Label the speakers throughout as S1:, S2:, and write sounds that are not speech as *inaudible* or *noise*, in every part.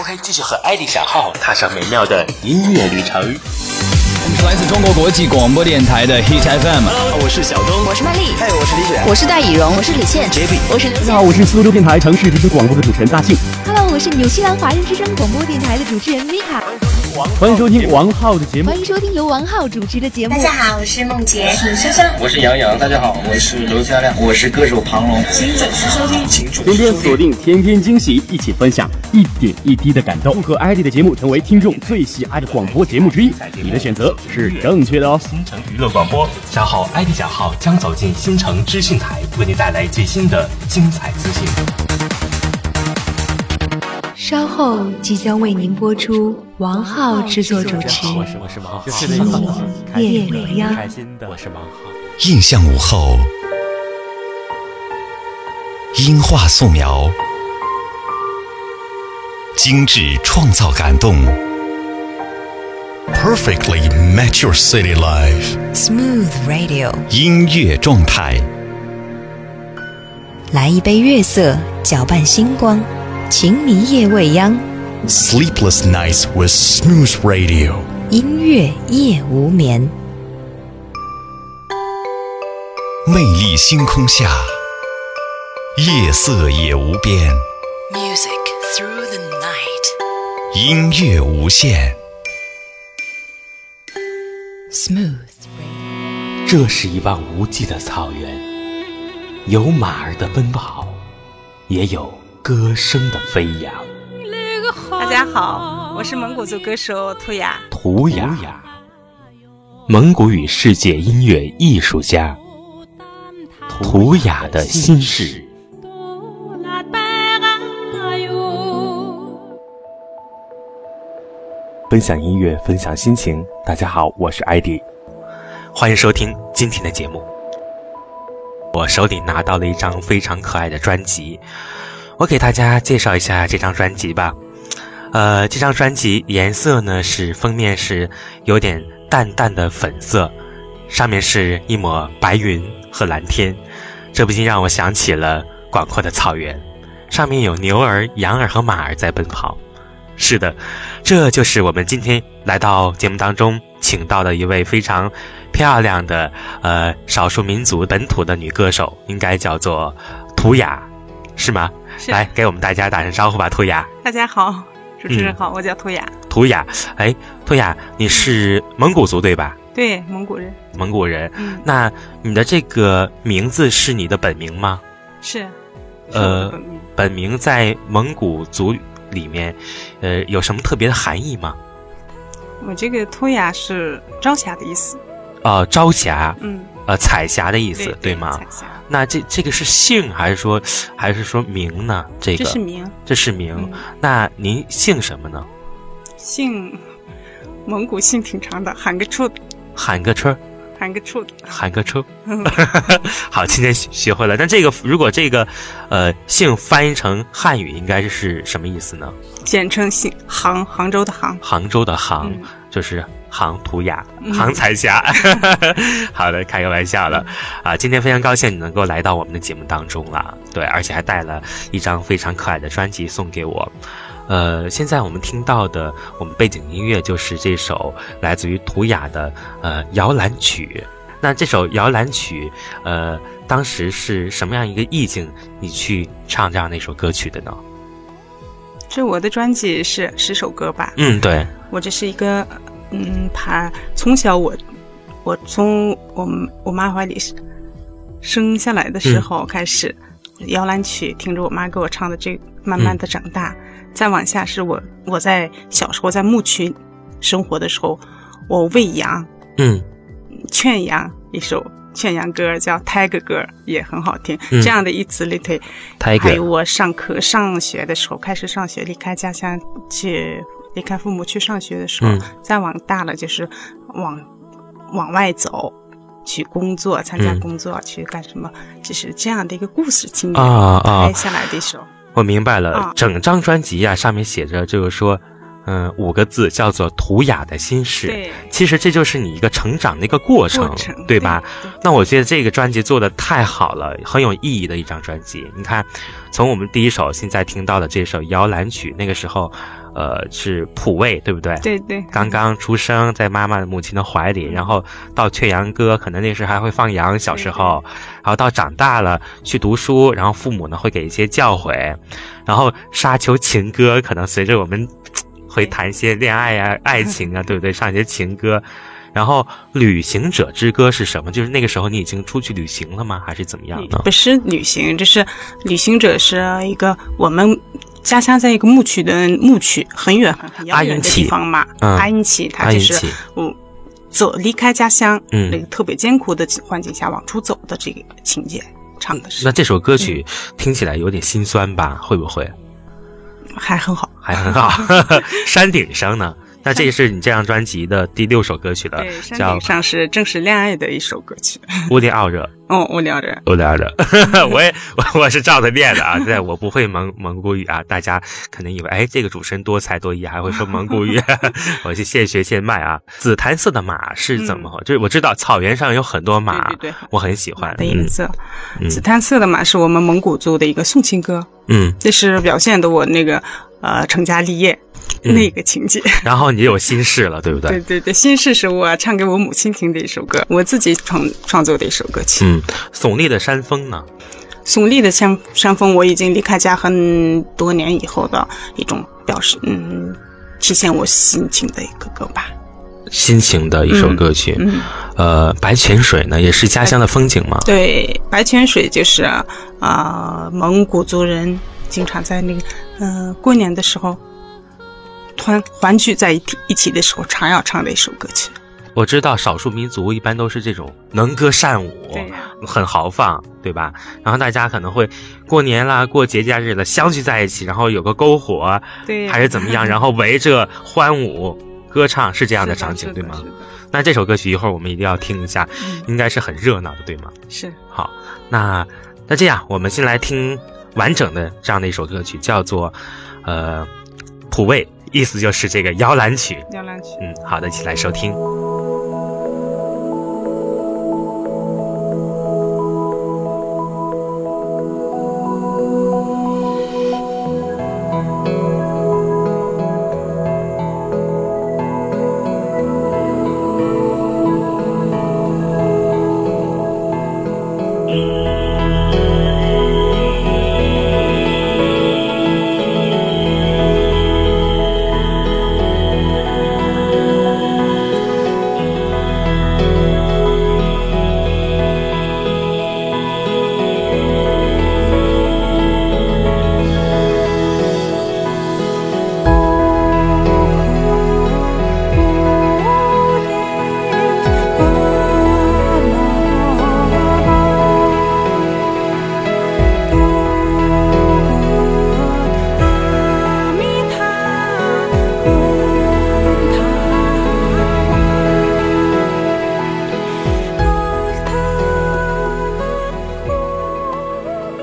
S1: OK，继续和艾丽小号踏上美妙的音乐旅程。
S2: 我们是来自中国国际广播电台的 Hit FM。
S1: 我是小东，
S3: 我是曼丽，
S4: 嗨，我是李雪，
S3: 我是戴以荣，我是李现
S4: ，JB，
S3: 我是刘
S5: 大家好，我是苏州电台城市之声广播的主持人大庆。
S6: Hello，我是纽西兰华人之声广播电台的主持人 Mika。
S5: 欢迎收听王浩的节目
S6: 欢。迎收听由王浩主持的节目。
S7: 大家好，我是梦洁，是珊
S8: 我是杨洋，大家好，我是刘嘉亮，我是歌手庞龙。请准时收听，请准
S5: 天天锁定天天惊喜，一起分享一点一滴的感动。祝贺 ID 的节目成为听众最喜爱的广播节目之一。你的选择是正确的哦。
S1: 新城娱乐广播，稍后艾丽小号将走进新城资讯台，为您带来最新的精彩资讯。
S6: 稍后即将为您播出王浩制作主持《
S1: 是我是王浩，
S6: 夜未央》。
S1: 我是王浩。
S9: 印象午后，音画素描，精致创造感动，perfectly match your city life。
S3: Smooth Radio，
S9: 音乐状态，
S3: 来一杯月色，搅拌星光，情迷夜未央，
S9: sleepless nights with smooth radio。
S3: 音乐夜无眠。
S9: 魅力星空下，夜色也无边，
S3: Music through the night,
S9: 音乐无限。
S3: smooth。
S1: 这是一望无际的草原，有马儿的奔跑，也有歌声的飞扬。
S10: 大家好，我是蒙古族歌手图雅。
S1: 图雅，蒙古语世界音乐艺术家图雅的心事。
S11: 分享音乐，分享心情。大家好，我是艾迪。
S8: 欢迎收听今天的节目。我手里拿到了一张非常可爱的专辑，我给大家介绍一下这张专辑吧。呃，这张专辑颜色呢是封面是有点淡淡的粉色，上面是一抹白云和蓝天，这不禁让我想起了广阔的草原，上面有牛儿、羊儿和马儿在奔跑。是的，这就是我们今天来到节目当中请到的一位非常漂亮的呃少数民族本土的女歌手，应该叫做图雅，是吗？
S10: 是
S8: 来，给我们大家打声招呼吧，图雅。
S10: 大家好，主持
S8: 嗯
S10: 人好，我叫图雅。
S8: 图雅，哎，图雅，你是蒙古族对吧？
S10: 对，蒙古人。
S8: 蒙古人。
S10: 嗯，
S8: 那你的这个名字是你的本名吗？
S10: 是。是我的
S8: 呃
S10: 本，名
S8: 本名在蒙古族里面，呃，有什么特别的含义吗？
S10: 我这个图雅是朝霞的意思。
S8: 呃，朝霞，
S10: 嗯，
S8: 呃，彩霞的意思，
S10: 对
S8: 吗
S10: 彩？霞
S8: 那这这个是姓还是说还是说名呢？这个
S10: 这是名，
S8: 这是名。
S10: 嗯
S8: 那您姓什么呢？
S10: 姓蒙古姓挺长的，喊个处，
S8: 喊个车，
S10: 喊个处。
S8: 喊个车。
S10: 嗯
S8: *laughs* 好，今天学学会了。那这个如果这个呃姓翻译成汉语，应该是什么意思呢？
S10: 简称姓杭，杭州的杭。
S8: 杭州的杭、
S10: 嗯
S8: 就是杭图雅、
S10: 嗯
S8: 杭彩霞。 *laughs* 好的，开个玩笑了啊！今天非常高兴你能够来到我们的节目当中了，对，而且还带了一张非常可爱的专辑送给我。呃，现在我们听到的我们背景音乐就是这首来自于图雅的呃摇篮曲。那这首摇篮曲，呃，当时是什么样一个意境？你去唱这样的一首歌曲的呢？
S10: 这我的专辑是十首歌吧？
S8: 嗯，对，
S10: 我这是一个，嗯，把从小我，我从我们我妈怀里生下来的时候开始，摇篮曲听着我妈给我唱的这，慢慢的长大，再往下是我我在小时候在牧区生活的时候，我喂羊
S8: 嗯
S10: 劝羊一首劝羊歌叫《Tiger 歌》，也很好听，
S8: 嗯
S10: 这样的以此类推，
S8: ，Tiger，
S10: 还有我上课上学的时候，开始上学，离开家乡去，离开父母去上学的时候，
S8: 嗯
S10: 再往大了就是往往外走，去工作，参加
S8: 嗯
S10: 工作，去干什么，就是这样的一个故事情节、
S8: 啊啊
S10: 哎拍下来的一首。
S8: 我明白了，
S10: 啊
S8: 整张专辑啊，上面写着就是说，嗯，五个字叫做“图雅的心事
S10: 对”。
S8: 其实这就是你一个成长的一个过程，
S10: 过程
S8: 对吧？
S10: 对对
S8: 那我觉得这个专辑做的太好了，很有意义的一张专辑。你看，从我们第一首现在听到的这首《摇篮曲》，那个时候，呃，是普卫，对不对？
S10: 对对，
S8: 刚刚出生在妈妈母亲的怀里，然后到《雀羊歌》，可能那时还会放羊，小时候，然后到长大了去读书，然后父母呢会给一些教诲，然后《沙丘情歌》可能随着我们嘖会谈一些恋爱啊、爱情啊，对不对？上一些情歌，然后《旅行者之歌》是什么？就是那个时候你已经出去旅行了吗？还是怎么样呢？
S10: 嗯不是旅行，这是旅行者是一个我们家乡在一个牧区的牧区，很远很很遥
S8: 阿
S10: 远
S8: 音
S10: 的
S8: 旗
S10: 地方嘛。
S8: 嗯
S10: 阿音旗，它
S8: 阿
S10: 就
S8: 云
S10: 是
S8: 奇，
S10: 我走离开家乡，
S8: 嗯
S10: 那个特别艰苦的环境下往出走的这个情节唱的
S8: 那
S10: 是
S8: 这首歌曲听起来有点心酸吧？会不会？
S10: 还很好。
S8: 还很好。 *laughs* 山顶上
S10: *laughs*
S8: 呢，那这是你这张专辑的第六首歌曲了
S10: 对，，山
S8: 呃叫
S10: 顶
S8: 《
S10: 上是正是恋爱的一首歌曲。
S8: 乌迪奥热》。 *laughs*
S10: 哦，我聊着，
S8: 有点儿的， *laughs* 我也我我是照着念的啊， *laughs* 对，我不会蒙蒙古语啊，大家可能以为哎，这个主持人多才多艺，啊还会说蒙古
S10: *laughs*
S8: 语， *laughs* 我是现学现卖啊。紫檀色的马是怎么？就是我知道草原上有很多马，
S10: 嗯对对对
S8: 我很喜欢。
S10: 的颜色，
S8: 嗯
S10: 紫檀色的马是我们蒙古族的一个颂情歌，
S8: 嗯，
S10: 这是表现的我那个呃成家立业
S8: 嗯
S10: 那个情节。
S8: 然后你有心事了，对不对？
S10: 对对对，心事是我唱给我母亲听的一首歌，我自己创创作的一首歌曲。
S8: 嗯，耸立的山峰呢？
S10: 耸立的山山峰，我已经离开家很多年以后的一种表示，嗯，体现我心情的一个歌吧。
S8: 心情的一首歌曲。
S10: 嗯，
S8: 呃，白泉水呢，也是家乡的风景嘛。
S10: 对，白泉水就是啊、呃蒙古族人经常在那个呃过年的时候团团聚在一起一起的时候常要唱的一首歌曲。
S8: 我知道少数民族一般都是这种能歌善舞，
S10: 对啊呀
S8: 很豪放，对吧？然后大家可能会过年啦、过节假日了相聚在一起，然后有个篝火，
S10: 对呀
S8: 还是怎 *laughs* 么样，然后围着欢舞、歌唱，是这样的场景，对嗯吗？？那这首歌曲一会儿我们一定要听一下，应该是很热闹的，对吗？
S10: 是
S8: 好，那那这样，我们先来听完整的这样的一首歌曲，叫做呃普卫，意思就是这个摇篮曲。
S10: 摇篮曲。
S8: 嗯，好的，一起来收听。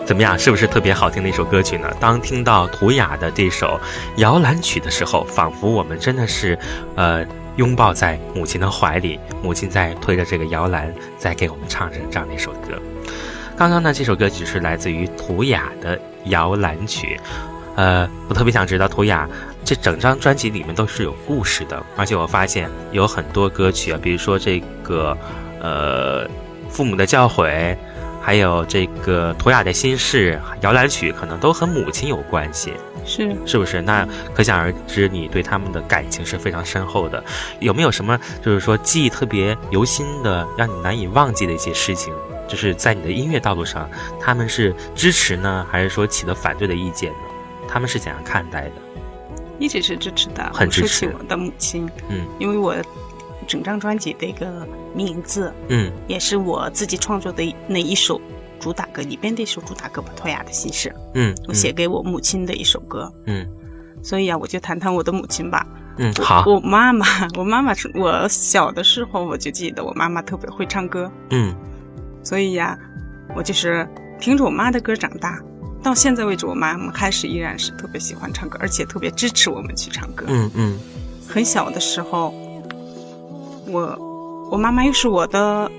S8: 怎么样？是不是特别好听的一首歌曲呢？当听到图雅的这首《摇篮曲》的时候，仿佛我们真的是，呃，拥抱在母亲的怀里，母亲在推着这个摇篮，在给我们唱着这样的一首歌。刚刚呢，这首歌曲是来自于图雅的《摇篮曲》。呃，我特别想知道图雅这整张专辑里面都是有故事的，而且我发现有很多歌曲啊，比如说这个，呃，父母的教诲，还有这个图雅的心事、摇篮曲，可能都和母亲有关系，
S10: 是
S8: 是不是？那可想而知，你对他们的感情是非常深厚的。有没有什么就是说记忆特别犹新的、让你难以忘记的一些事情？就是在你的音乐道路上，他们是支持呢，还是说起了反对的意见呢？他们是怎样看待的？
S10: 一直是支持的，
S8: 很
S10: 我
S8: 支
S10: 说
S8: 持
S10: 起我的母亲，
S8: 嗯，
S10: 因为我整张专辑的一个名字
S8: 嗯
S10: 也是我自己创作的那一首主打歌里边的一首主打歌吧，《托雅的心事》，
S8: 嗯，
S10: 我写给我母亲的一首歌，
S8: 嗯
S10: 所以啊，我就谈谈我的母亲吧。
S8: 嗯嗯好
S10: 我妈妈，我妈妈是我小的时候我就记得我妈妈特别会唱歌，
S8: 嗯
S10: 所以呀、我就是听着我妈的歌长大，到现在为止，我妈妈开始依然是特别喜欢唱歌，而且特别支持我们去唱歌。
S8: 嗯嗯
S10: 很小的时候，我我妈妈又是我的、呃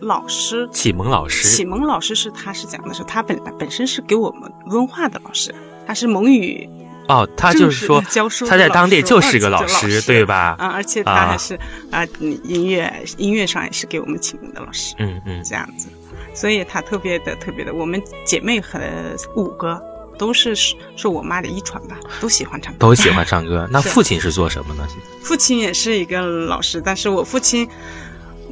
S10: 老师，
S8: 启蒙老师
S10: 启蒙老师是她是讲的是她本来本身是给我们文化的老师，她是蒙语
S8: 哦，他
S10: 正
S8: 就是说
S10: 教书的
S8: 他在当地
S10: 老师
S8: 就
S10: 哦
S8: 是个
S10: 二级的
S8: 师，
S10: 师，
S8: 对吧？
S10: 啊，而且
S8: 啊
S10: 他还是啊，嗯音乐音乐上也是给我们启蒙的老师，
S8: 嗯嗯
S10: 这样子，所以他特别的特别的，我们姐妹和五个都是是我妈的遗传吧，都喜欢唱歌，
S8: 都喜欢唱
S10: *laughs*
S8: 歌。那
S10: 是
S8: 父亲是做什么呢？
S10: 父亲也是一个老师，但是我父亲。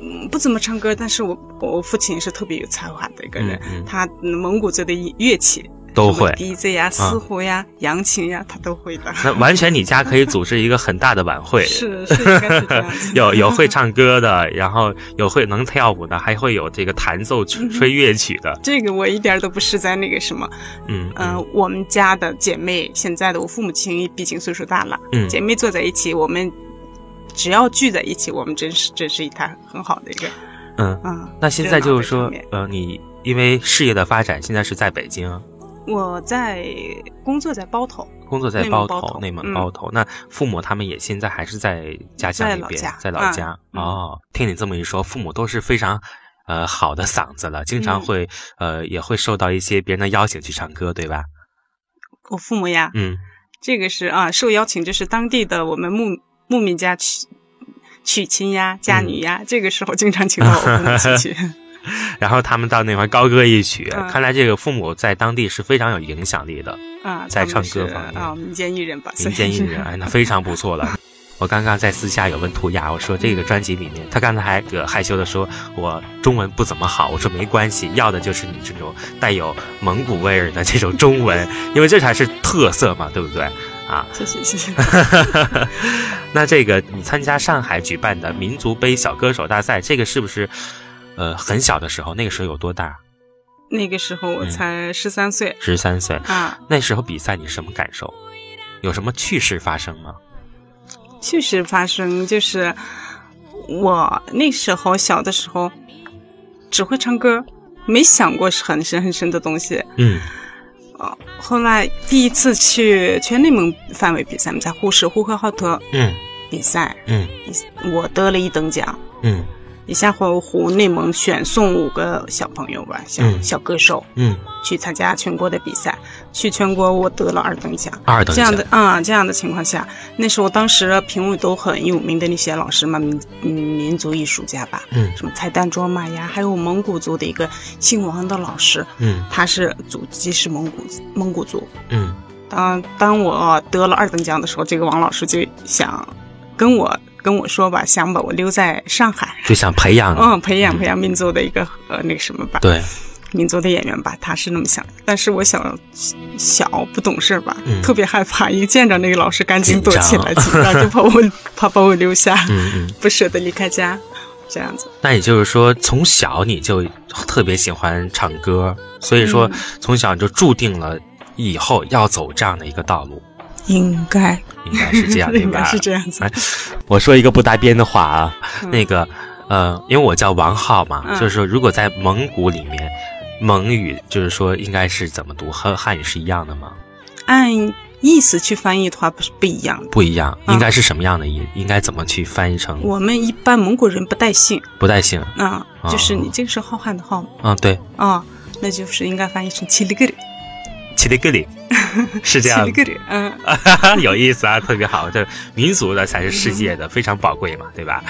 S10: 嗯，不怎么唱歌，但是我我父亲是特别有才华的一个人，
S8: 嗯嗯
S10: 他蒙古族的乐乐器
S8: 都会啊
S10: 什么笛子呀、丝胡呀、扬琴呀，他都会的。
S8: 那完全你家可以组织一个很大的晚会，。
S10: 是是应该是这样子
S8: *laughs* 有有会唱歌的，然后有会能跳舞的，还会有这个弹奏
S10: 嗯
S8: 吹吹乐曲的。
S10: 这个我一点儿都不是在那个什么，
S8: 嗯
S10: 嗯、
S8: 嗯
S10: 我们家的姐妹，现在的我父母亲毕竟岁数大了，
S8: 嗯
S10: 姐妹坐在一起，我们只要聚在一起，我们真是真是一台很好的一个，
S8: 嗯。
S10: 嗯。
S8: 那现在就是说
S10: 热闹的一，
S8: 呃，你因为事业的发展，现在是在北京，
S10: 面我在工作在包头，
S8: 工作在
S10: 内
S8: 包
S10: 蒙包
S8: 头，
S10: 头
S8: 内蒙
S10: 嗯
S8: 包头。那父母他们也现在还是在家乡
S10: 在
S8: 里
S10: 老
S8: 边
S10: 家，
S8: 在老
S10: 嗯
S8: 家。
S10: 嗯
S8: 哦，听你这么一说，父母都是非常。呃，好的嗓子了，经常
S10: 嗯
S8: 会、呃，也会受到一些别人的邀请去唱歌，对吧？
S10: 我父母呀，
S8: 嗯，
S10: 这个是啊，受邀请，这是当地的我们牧牧民家娶娶
S8: 嗯
S10: 亲呀、嫁女呀，这个时候经常请到我父母
S8: *laughs*
S10: 亲去。
S8: 然后他们到那块儿高歌一曲，
S10: 嗯
S8: 看来这个父母在当地是非常有影响力的。
S10: 啊，
S8: *laughs* 在
S10: 他们
S8: 唱歌
S10: 是
S8: 方面
S10: 啊，民间艺人吧，
S8: 民间艺
S10: 算是
S8: 人，哎，那非常不错了。我刚刚在私下有问涂鸦，我说这个专辑里面，他刚才还呃害羞的说我中文不怎么好，我说没关系，要的就是你这种带有蒙古味儿的这种中文，因为这才是特色嘛，对不 *laughs* 对啊？
S10: *laughs* 谢谢谢谢。
S8: 那这个你参加上海举办的民族杯小歌手大赛，这个是不是呃很小的时候？那个时候有多大？
S10: 那个时候我才十三岁、
S8: 十三岁。
S10: 啊，
S8: 那时候比赛你什么感受？有什么趣事发生吗？
S10: 确实发生就是我那时候小的时候只会唱歌，没想过是很深很深的东西。
S8: 嗯
S10: 后来第一次去全内蒙范围比赛，我们在呼市呼和浩特
S8: 嗯
S10: 比赛，
S8: 嗯
S10: 我得了一等奖。
S8: 嗯
S10: 一下回湖内蒙选送五个小朋友吧，小、
S8: 嗯
S10: 小歌手
S8: 嗯，
S10: 去参加全国的比赛，去全国我得了二等奖。
S8: 二等
S10: 这
S8: 奖
S10: 样的啊、这样的情况下，那时候当时评委都很有名的那些老师嘛，民嗯民族艺术家吧，
S8: 嗯
S10: 什么蔡丹卓玛呀，还有蒙古族的一个姓王的老师，
S8: 嗯
S10: 他是祖籍是蒙古蒙古族。
S8: 嗯
S10: 当当我得了二等奖的时候，这个王老师就想跟我跟我说吧，想把我留在上海，
S8: 就想培养，
S10: 嗯，培养培养民族的一个呃那个什么吧，
S8: 对，
S10: 民族的演员吧，他是那么想，但是我小小不懂事儿吧，
S8: 嗯
S10: 特别害怕，一见着那个老师赶紧躲起来，
S8: 紧
S10: 紧
S8: 张
S10: 张就
S8: *laughs*
S10: 怕我怕把我留下，
S8: 嗯嗯。
S10: 不舍得离开家，这样子。
S8: 那也就是说，从小你就特别喜欢唱歌，所以说
S10: 嗯
S8: 从小你就注定了以后要走这样的一个道路，
S10: 应该
S8: 应该是这
S10: *laughs*
S8: 样对
S10: 应该
S8: 吧？
S10: 是这样子
S8: 哎， *laughs* 我说一个不搭边的话啊，
S10: 嗯
S8: 那个，呃，因为我叫王浩嘛，
S10: 嗯
S8: 就是说，如果在蒙古里面，蒙语就是说应该是怎么读，和汉语是一样的吗？
S10: 按意思去翻译的话不是不一样的。
S8: 不一样，
S10: 嗯
S8: 应该是什么样的音？应该怎么去翻译成
S10: 我们一般蒙古人不带姓
S8: 不带姓？
S10: 啊，就是
S8: 哦
S10: 你这个是浩瀚的浩
S8: 嗯，对，
S10: 啊，那就是应该翻译成齐里格里，
S8: 起里格
S10: *laughs*
S8: 里是这
S10: 齐
S8: 样
S10: 里，格里，嗯，
S8: *laughs* 有意思啊，特别好。这民族的才是世界
S10: 嗯
S8: 的，非常宝贵嘛，对吧？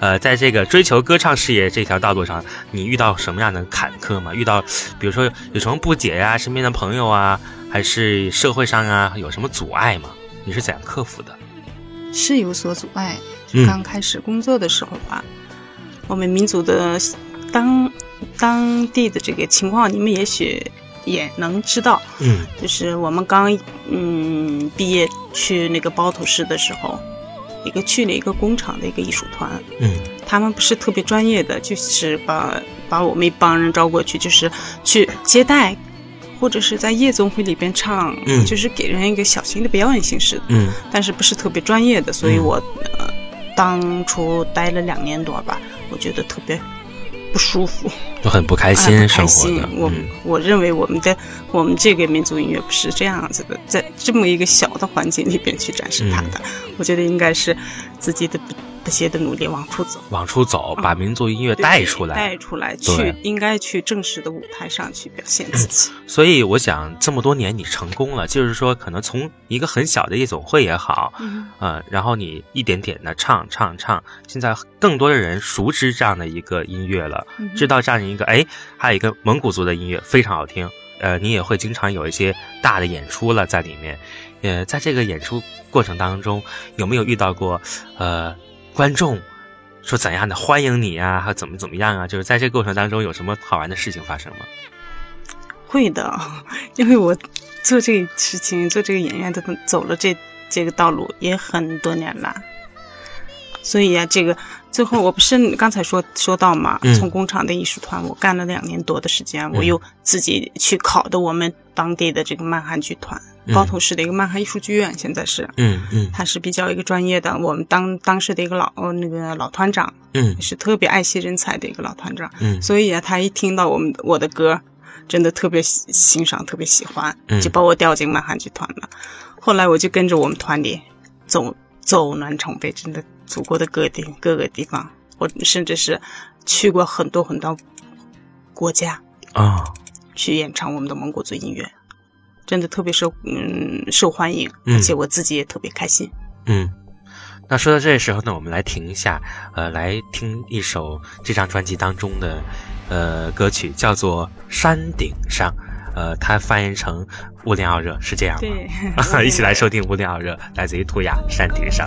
S8: 呃，在这个追求歌唱事业这条道路上，你遇到什么样的坎坷吗？遇到，比如说有什么不解呀、身边的朋友啊，还是社会上啊，有什么阻碍吗？你是怎样克服的？
S10: 是有所阻碍。
S8: 嗯
S10: 刚开始工作的时候吧，我们民族的当当地的这个情况，你们也许也能知道。
S8: 嗯
S10: 就是我们刚嗯毕业去那个包头市的时候，一个去了一个工厂的一个艺术团，
S8: 嗯
S10: 他们不是特别专业的，就是把把我们一帮人招过去，就是去接待，或者是在夜总会里边唱，
S8: 嗯
S10: 就是给人一个小型的表演形式，
S8: 嗯
S10: 但是不是特别专业的，所以
S8: 嗯
S10: 我、呃当初待了两年多吧，我觉得特别不舒服，
S8: 就很不开心
S10: 啊不
S8: 生
S10: 开
S8: 活
S10: 心
S8: 的。
S10: 我
S8: 嗯
S10: 我认为我们的我们这个民族音乐不是这样子的，在这么一个小的环境里边去展示它的，
S8: 嗯
S10: 我觉得应该是自己的不不懈的努力往出走，
S8: 往出走，把民族音乐
S10: 哦对
S8: 带出来
S10: 带。出来，
S8: 对
S10: 去应该去正式的舞台上去表现自己。 *laughs*
S8: 所以我想，这么多年你成功了，就是说，可能从一个很小的夜总会也好，
S10: 嗯
S8: 呃，然后你一点点的唱唱唱，现在更多的人熟知这样的一个音乐了，
S10: 嗯哼
S8: 知道这样一个，哎，还有一个蒙古族的音乐非常好听，呃，你也会经常有一些大的演出了在里面，呃，在这个演出过程当中，有没有遇到过呃观众说怎样的欢迎你啊，还有怎么怎么样啊？就是在这个过程当中有什么好玩的事情发生吗？
S10: 会的，啊 *laughs* 因为我做这个事情、做这个演员，都走了这这个道路也很多年了，所以啊，这个最后我不是刚才说说到嘛，
S8: 嗯
S10: 从工厂的艺术团，我干了两年多的时间，
S8: 嗯
S10: 我又自己去考的我们当地的这个漫汉剧团，
S8: 嗯
S10: 高头市的一个漫汉艺术剧院，现在是。
S8: 嗯嗯
S10: 他是比较一个专业的，我们当当时的一个老呃那个老团长
S8: 嗯
S10: 是特别爱惜人才的一个老团长，
S8: 嗯
S10: 所以啊，他一听到我们我的歌，真的特别喜欣赏，特别喜欢
S8: 嗯，
S10: 就把我调进漫汉剧团了。后来我就跟着我们团里走走南闯北，真的祖国的各地各个地方，我甚至是去过很多很多国家
S8: 啊、
S10: 去演唱我们的蒙古族音乐，真的特别受嗯受欢迎，
S8: 嗯
S10: 而且我自己也特别开心。
S8: 嗯，那说到这时候呢，我们来停一下，呃，来听一首这张专辑当中的呃歌曲，叫做《山顶上》，呃，它翻译成“无聊热”，是这样 *laughs* 吗？一起来收听《无聊热》，来自于图雅《山顶上》。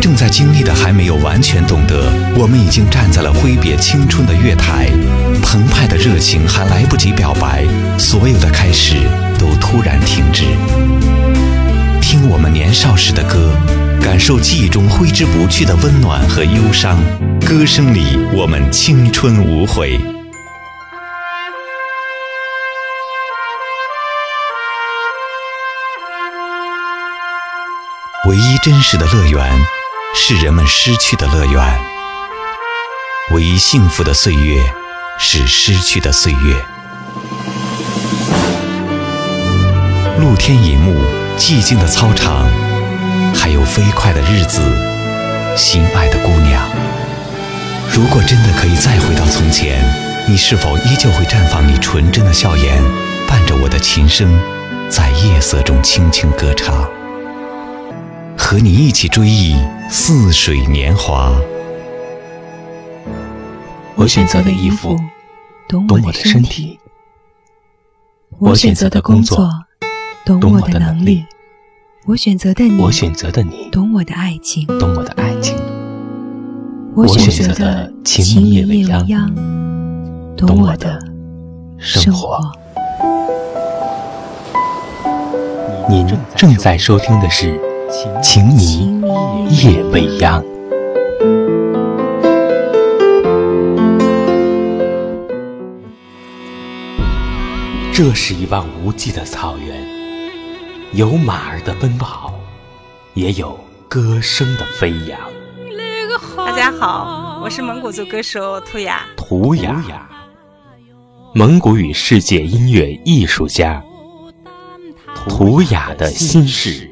S9: 正在经历的还没有完全懂得，我们已经站在了挥别青春的月台，澎湃的热情还来不及表白，所有的开始都突然停止。听我们年少时的歌，感受记忆中挥之不去的温暖和忧伤，歌声里我们青春无悔。唯一真实的乐园，是人们失去的乐园；唯一幸福的岁月，是失去的岁月。露天银幕，寂静的操场，还有飞快的日子，心爱的姑娘。如果真的可以再回到从前，你是否依旧会绽放你纯真的笑颜，伴着我的琴声，在夜色中轻轻歌唱？和你一起追忆似水年华。
S1: 我选择的衣服，
S3: 懂
S1: 懂
S3: 我
S1: 我
S3: 的
S1: 的身
S3: 身
S1: 体
S3: 体；；我选择的工作，懂
S1: 懂
S3: 我
S1: 我
S3: 的
S1: 的
S3: 能
S1: 能
S3: 力
S1: 力；
S3: 我选择的你，
S1: 我选择的你，
S3: 懂我的爱情；
S1: 懂我的爱情；
S3: 我
S1: 选
S3: 选
S1: 择
S3: 择
S1: 的
S3: 的
S1: 情
S3: 情
S1: 迷
S3: 迷
S1: 夜未
S3: 未
S1: 央
S3: 央，
S1: 懂
S3: 懂
S1: 我
S3: 我
S1: 的
S3: 的
S1: 生
S3: 生
S1: 活
S3: 活。
S1: 您正在收听的是《情迷
S3: 情迷
S1: 夜未央》。这是一望无际的草原，有马儿的奔跑，也有歌声的飞扬。
S10: 大家好，我是蒙古族歌手兔雅。
S1: 图雅，蒙古语世界音乐艺术家，图雅的心事。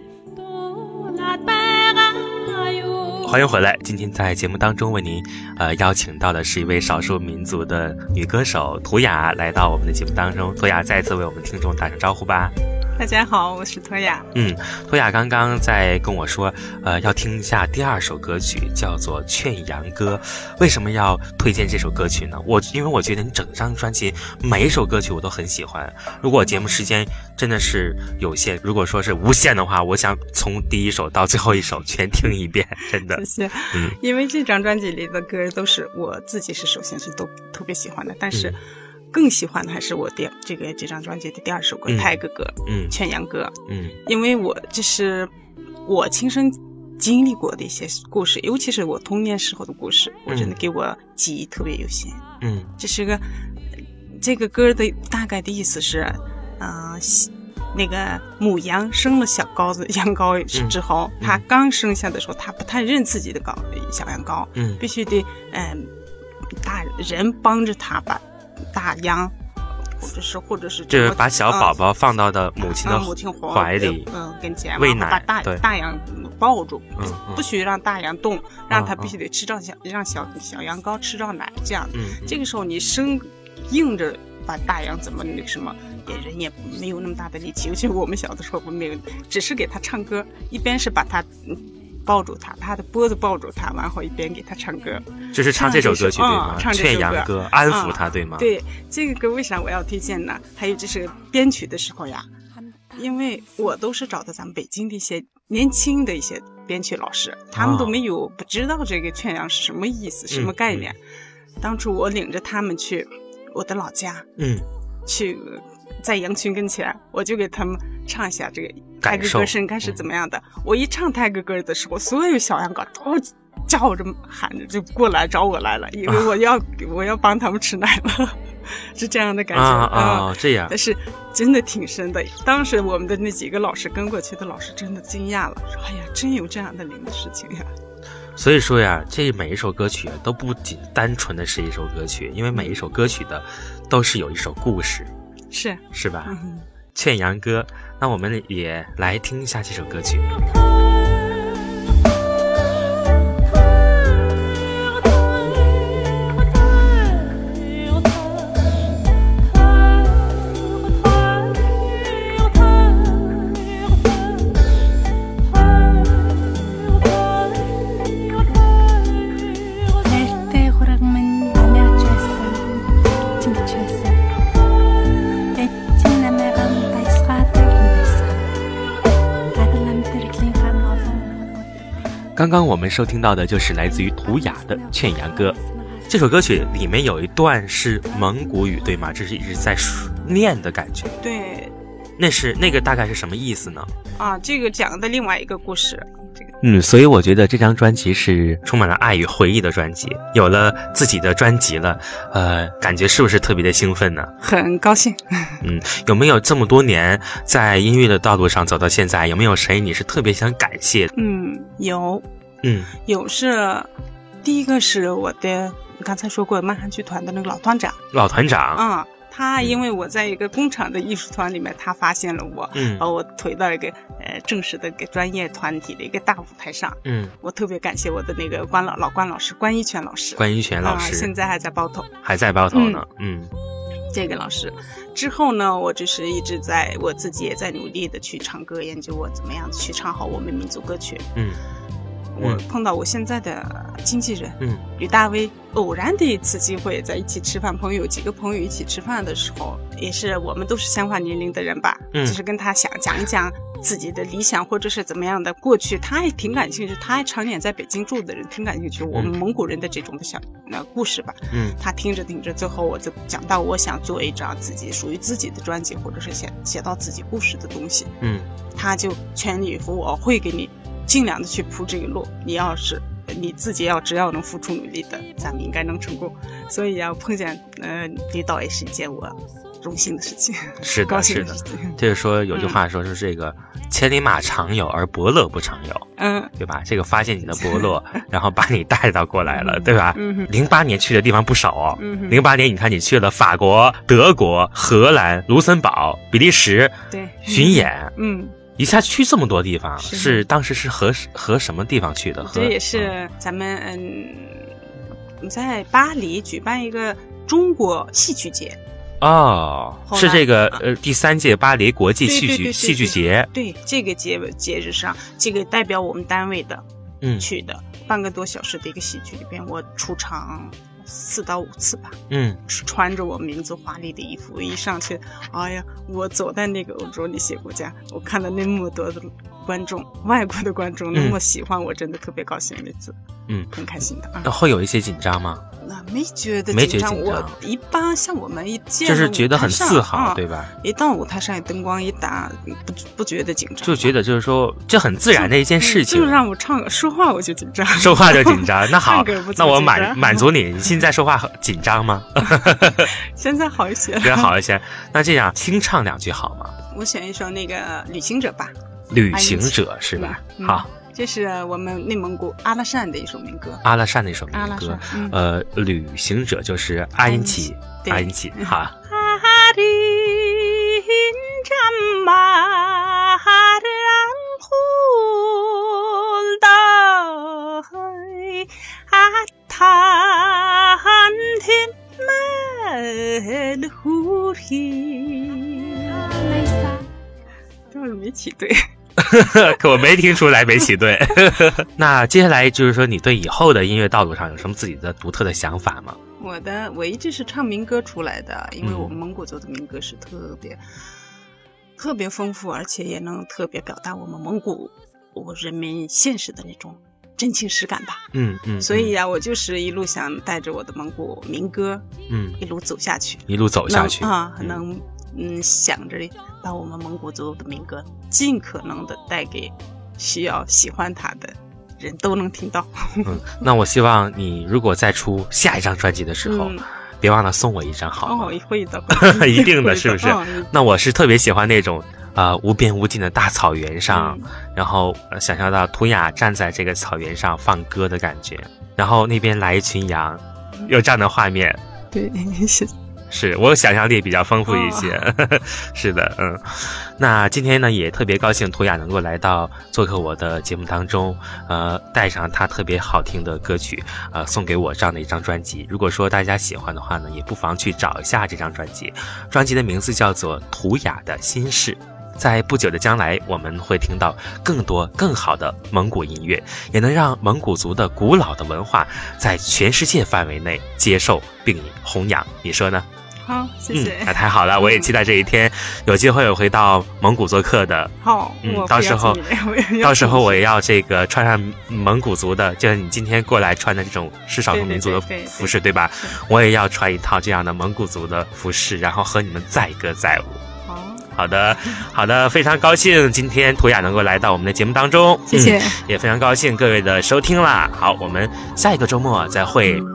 S8: 欢迎回来！今天在节目当中为您，呃，邀请到的是一位少数民族的女歌手图雅，来到我们的节目当中。图雅再次为我们听众打声招呼吧。
S10: 大家好，我是托雅。
S8: 嗯，托雅刚刚在跟我说，呃，要听一下第二首歌曲，叫做《劝羊歌》。为什么要推荐这首歌曲呢？我因为我觉得你整张专辑每一首歌曲我都很喜欢。如果节目时间真的是有限，如果说是无限的话，我想从第一首到最后一首全听一遍，真的
S10: *laughs* 谢。谢。
S8: 嗯嗯
S10: 因为这张专辑里的歌都是我自己是首先是都特别喜欢的，但是更喜欢的还是我第这个这张专辑的第二首歌
S8: 嗯
S10: 《泰哥哥》
S8: 嗯
S10: 劝阳哥》，
S8: 嗯
S10: 因为我这是我亲身经历过的一些故事，尤其是我童年时候的故事，我真的
S8: 嗯
S10: 给我记忆特别有限。
S8: 嗯
S10: 这是个呃这个歌的大概的意思是，嗯、西那个母羊生了小羔子羊羔之后，
S8: 嗯
S10: 它刚生下的时候，它不太认自己的羔小羊羔，
S8: 嗯
S10: 必须得嗯、大人帮着它把大羊，或者是或者是
S8: 就是
S10: 整个
S8: 把小
S10: 嗯
S8: 宝宝放到的母亲的
S10: 啊母亲
S8: 怀里，
S10: 嗯、跟前，
S8: 喂
S10: 然后
S8: 奶
S10: 把大
S8: 对
S10: 大羊抱住，
S8: 嗯嗯
S10: 不许让大羊动，让它
S8: 嗯
S10: 必须得吃到小，让小小羊羔吃到奶，这样。
S8: 嗯嗯
S10: 这个时候你生硬着把大羊怎么那个什么，也人也没有那么大的力气。尤其是我们小的时候，我们没有，只是给它唱歌，一边是把它嗯抱住它，它的脖子抱住它，然后一边给它唱歌。
S8: 就是唱这首歌曲对吗
S10: 嗯？唱这首
S8: 劝羊歌，安抚他
S10: 嗯
S8: 对吗？
S10: 对这个歌为啥我要推荐呢？还有就是编曲的时候呀，因为我都是找的咱们北京的一些年轻的一些编曲老师，他们都没有、不知道这个劝羊是什么意思、什么概念。当初我领着他们去我的老家，
S8: 嗯
S10: 去在羊群跟前，我就给他们唱一下这个泰
S8: 感
S10: 戈
S8: 受
S10: 歌是应该是怎么样的。我一唱泰戈歌的时候，所有小羊羔都叫着喊着就过来找我来了，以为我要、我要帮他们吃奶了， *laughs* 是这样的感觉
S8: 啊
S10: 嗯
S8: 啊，这样
S10: 但是真的挺深的。当时我们的那几个老师跟过去的老师真的惊讶了，说：“哎呀，真有这样的灵的事情呀
S8: 所以说呀，这每一首歌曲都不仅单纯的是一首歌曲，因为每一首歌曲的都是有一首故事，！”
S10: 是，
S8: 是吧？
S10: 嗯哼。
S8: 劝羊歌，那我们也来听一下这首歌曲。
S4: ارتاح رغم اني عجزة انت متجسة اتينا ما غم بس خاطر بس قاعدة لما تركلي غم عظم
S8: 刚刚我们收听到的就是来自于图雅的《劝羊歌》这首歌曲，里面有一段是蒙古语，对吗？这是一直在说念的感觉，
S10: 对
S8: 那是那个大概是什么意思呢？
S10: 啊，这个讲的另外一个故事，这个
S8: 嗯，所以我觉得这张专辑是充满了爱与回忆的专辑。有了自己的专辑了，呃，感觉是不是特别的兴奋呢？
S10: 很高兴。
S8: 嗯，有没有这么多年在音乐的道路上走到现在，有没有谁你是特别想感谢的？
S10: 嗯，有
S8: 嗯
S10: 有是，第一个是我的刚才说过漫汉剧团的那个老团长
S8: 老团长，
S10: 啊、他因为我在一个工厂的艺术团里面，他发现了我，
S8: 嗯
S10: 把我推到一个呃正式的一个专业团体的一个大舞台上。
S8: 嗯，
S10: 我特别感谢我的那个关老老关老师关一全老师，
S8: 关于权老
S10: 啊
S8: 师、
S10: 现在还在包头。
S8: 还在包头呢，嗯
S10: 这个老师。之后呢，我就是一直在我自己也在努力的去唱歌，研究我怎么样去唱好我们民族歌曲。
S8: 嗯
S10: 我碰到我现在的经纪人
S8: 嗯
S10: 吕大威，偶然的一次机会，在一起吃饭，朋友几个朋友一起吃饭的时候，也是我们都是相仿年龄的人吧，
S8: 嗯
S10: 就是跟他想讲一讲自己的理想或者是怎么样的过去，他也挺感兴趣，他也常年在北京住的人挺感兴趣，我们
S8: 嗯
S10: 蒙古人的这种的小那故事吧，
S8: 嗯
S10: 他听着听着，最后我就讲到我想做一张自己属于自己的专辑，或者是写写到自己故事的东西，
S8: 嗯
S10: 他就全力以赴，我会给你尽量的去铺这个路。你要是你自己要只要能付出努力的，咱们应该能成功。所以要碰见呃李导也是一件我荣幸的事情，
S8: 是
S10: 高
S8: 的，
S10: 兴嗯
S8: 是
S10: 的
S8: 的
S10: 事。情。
S8: 就是说有句话说是这个千里马常有，而伯乐不常有，
S10: 嗯
S8: 对吧？这个发现你的伯
S10: *laughs*
S8: 乐，然后把你带到过来了，对吧？
S10: 嗯哼
S8: 零八年去的地方不少哦。
S10: 嗯哼
S8: 零八年你看你去了法国、德国、荷兰、卢森堡、比利时
S10: 对，
S8: 巡演，
S10: 嗯，
S8: 一下去这么多地方，啊
S10: 是
S8: 是
S10: 的
S8: 当时是和和什么地方去的？和
S10: 这也是咱们嗯在巴黎举办一个中国戏曲节。
S8: 哦，
S10: 后来
S8: 是这个
S10: 啊
S8: 呃第三届巴黎国际
S10: 对
S8: 戏
S10: 对
S8: 剧
S10: 对对
S8: 戏剧
S10: 对
S8: 节，
S10: 对，这个节节日上，这个代表我们单位的
S8: 嗯
S10: 去的、半个多小时的一个戏剧里边，我出场四到五次吧，
S8: 嗯
S10: 穿着我民族华丽的衣服一上去，哎呀，我走在那个欧洲那些国家，我看到那么多的观众，外国的观众那么喜欢我，真的特别高兴那次，
S8: 嗯，
S10: 很开心的啊。
S8: 那会有一些紧张吗？
S10: 那没觉得
S8: 没觉
S10: 紧
S8: 得
S10: 张，
S8: 紧
S10: 我
S8: 张
S10: 一般像我们一见
S8: 就是
S10: 到
S8: 觉得
S10: 舞台
S8: 很
S10: 上
S8: 自豪
S10: 啊
S8: 对吧
S10: 一到舞台上，灯光一打，不不觉得紧张，
S8: 就觉得就是说这很自然的一件事情
S10: 嗯就，让我唱说话我就紧张，
S8: 说话就紧张。那好
S10: 唱歌不，
S8: 那
S10: 怎么
S8: 我
S10: 紧
S8: 满
S10: 张
S8: 满足你。你现在说话很紧张吗？
S10: *laughs* 现在好一些了。
S8: 比较好一
S10: *laughs*
S8: 些。那这样清唱两句好吗？
S10: 我选一首那个《旅行者》吧，
S8: 旅行者是吧？
S10: 嗯
S8: 好，，
S10: 这是我们内蒙古阿拉善的一首民歌。
S8: 阿拉善的一首
S10: 阿
S8: 民
S10: 拉
S8: 歌
S10: 善，嗯
S8: 呃，旅行者就是阿音奇，
S10: 对嗯
S8: 阿音奇，好，
S10: 倒是没起对，
S8: 可 *laughs* 我没听出来没起
S10: *laughs*
S8: 对。那接下来就是说，你对以后的音乐道路上有什么自己的独特的想法吗？
S10: 我的我一直是唱民歌出来的，因为
S8: 嗯
S10: 我们蒙古族的民歌是特别、特别丰富，而且也能特别表达我们蒙古我人民现实的那种真情实感吧。
S8: 嗯嗯，
S10: 所以呀、我就是一路想带着我的蒙古民歌
S8: 嗯，
S10: 一路走下去，
S8: 一路走下去
S10: 能啊，能嗯想着把我们蒙古族的民歌尽可能的带给需要喜欢它的人都能听到。
S8: 嗯，那我希望你如果再出下一张专辑的时候，
S10: 嗯
S8: 别忘了送我一张好吗？，
S10: 哦，会的
S8: *laughs* 一定的，
S10: 会
S8: 是不是
S10: 嗯？
S8: 那我是特别喜欢那种。呃，无边无尽的大草原上，然后、呃想象到图雅站在这个草原上放歌的感觉，然后那边来一群羊，有这样的画面，
S10: 对， *laughs* 是
S8: 是我想象力比较丰富一些， *laughs* 是的，嗯。那今天呢，也特别高兴图雅能够来到做客我的节目当中，呃，带上她特别好听的歌曲，呃，送给我这样的一张专辑。如果说大家喜欢的话呢，也不妨去找一下这张专辑，专辑的名字叫做《图雅的心事》。在不久的将来，我们会听到更多更好的蒙古音乐，也能让蒙古族的古老的文化在全世界范围内接受并弘扬。你说呢？
S10: 好，谢谢。
S8: 嗯那太好了，我也期待这一天有机会我回到蒙古做客的。
S10: 好，
S8: 嗯
S10: 我，
S8: 到
S10: 会
S8: 时
S10: 邀
S8: 候
S10: 请你我也邀请你
S8: 到时候我也要这个穿上蒙古族的，就是你今天过来穿的这种是少数民族的
S10: 对对对对
S8: 服饰，对吧？我也要穿一套这样的蒙古族的服饰，然后和你们载歌载舞。
S10: 好，
S8: 好的，好的，非常高兴今天图雅能够来到我们的节目当中，
S10: 谢谢
S8: 嗯也非常高兴各位的收听啦。好，我们下一个周末再会，
S4: 啊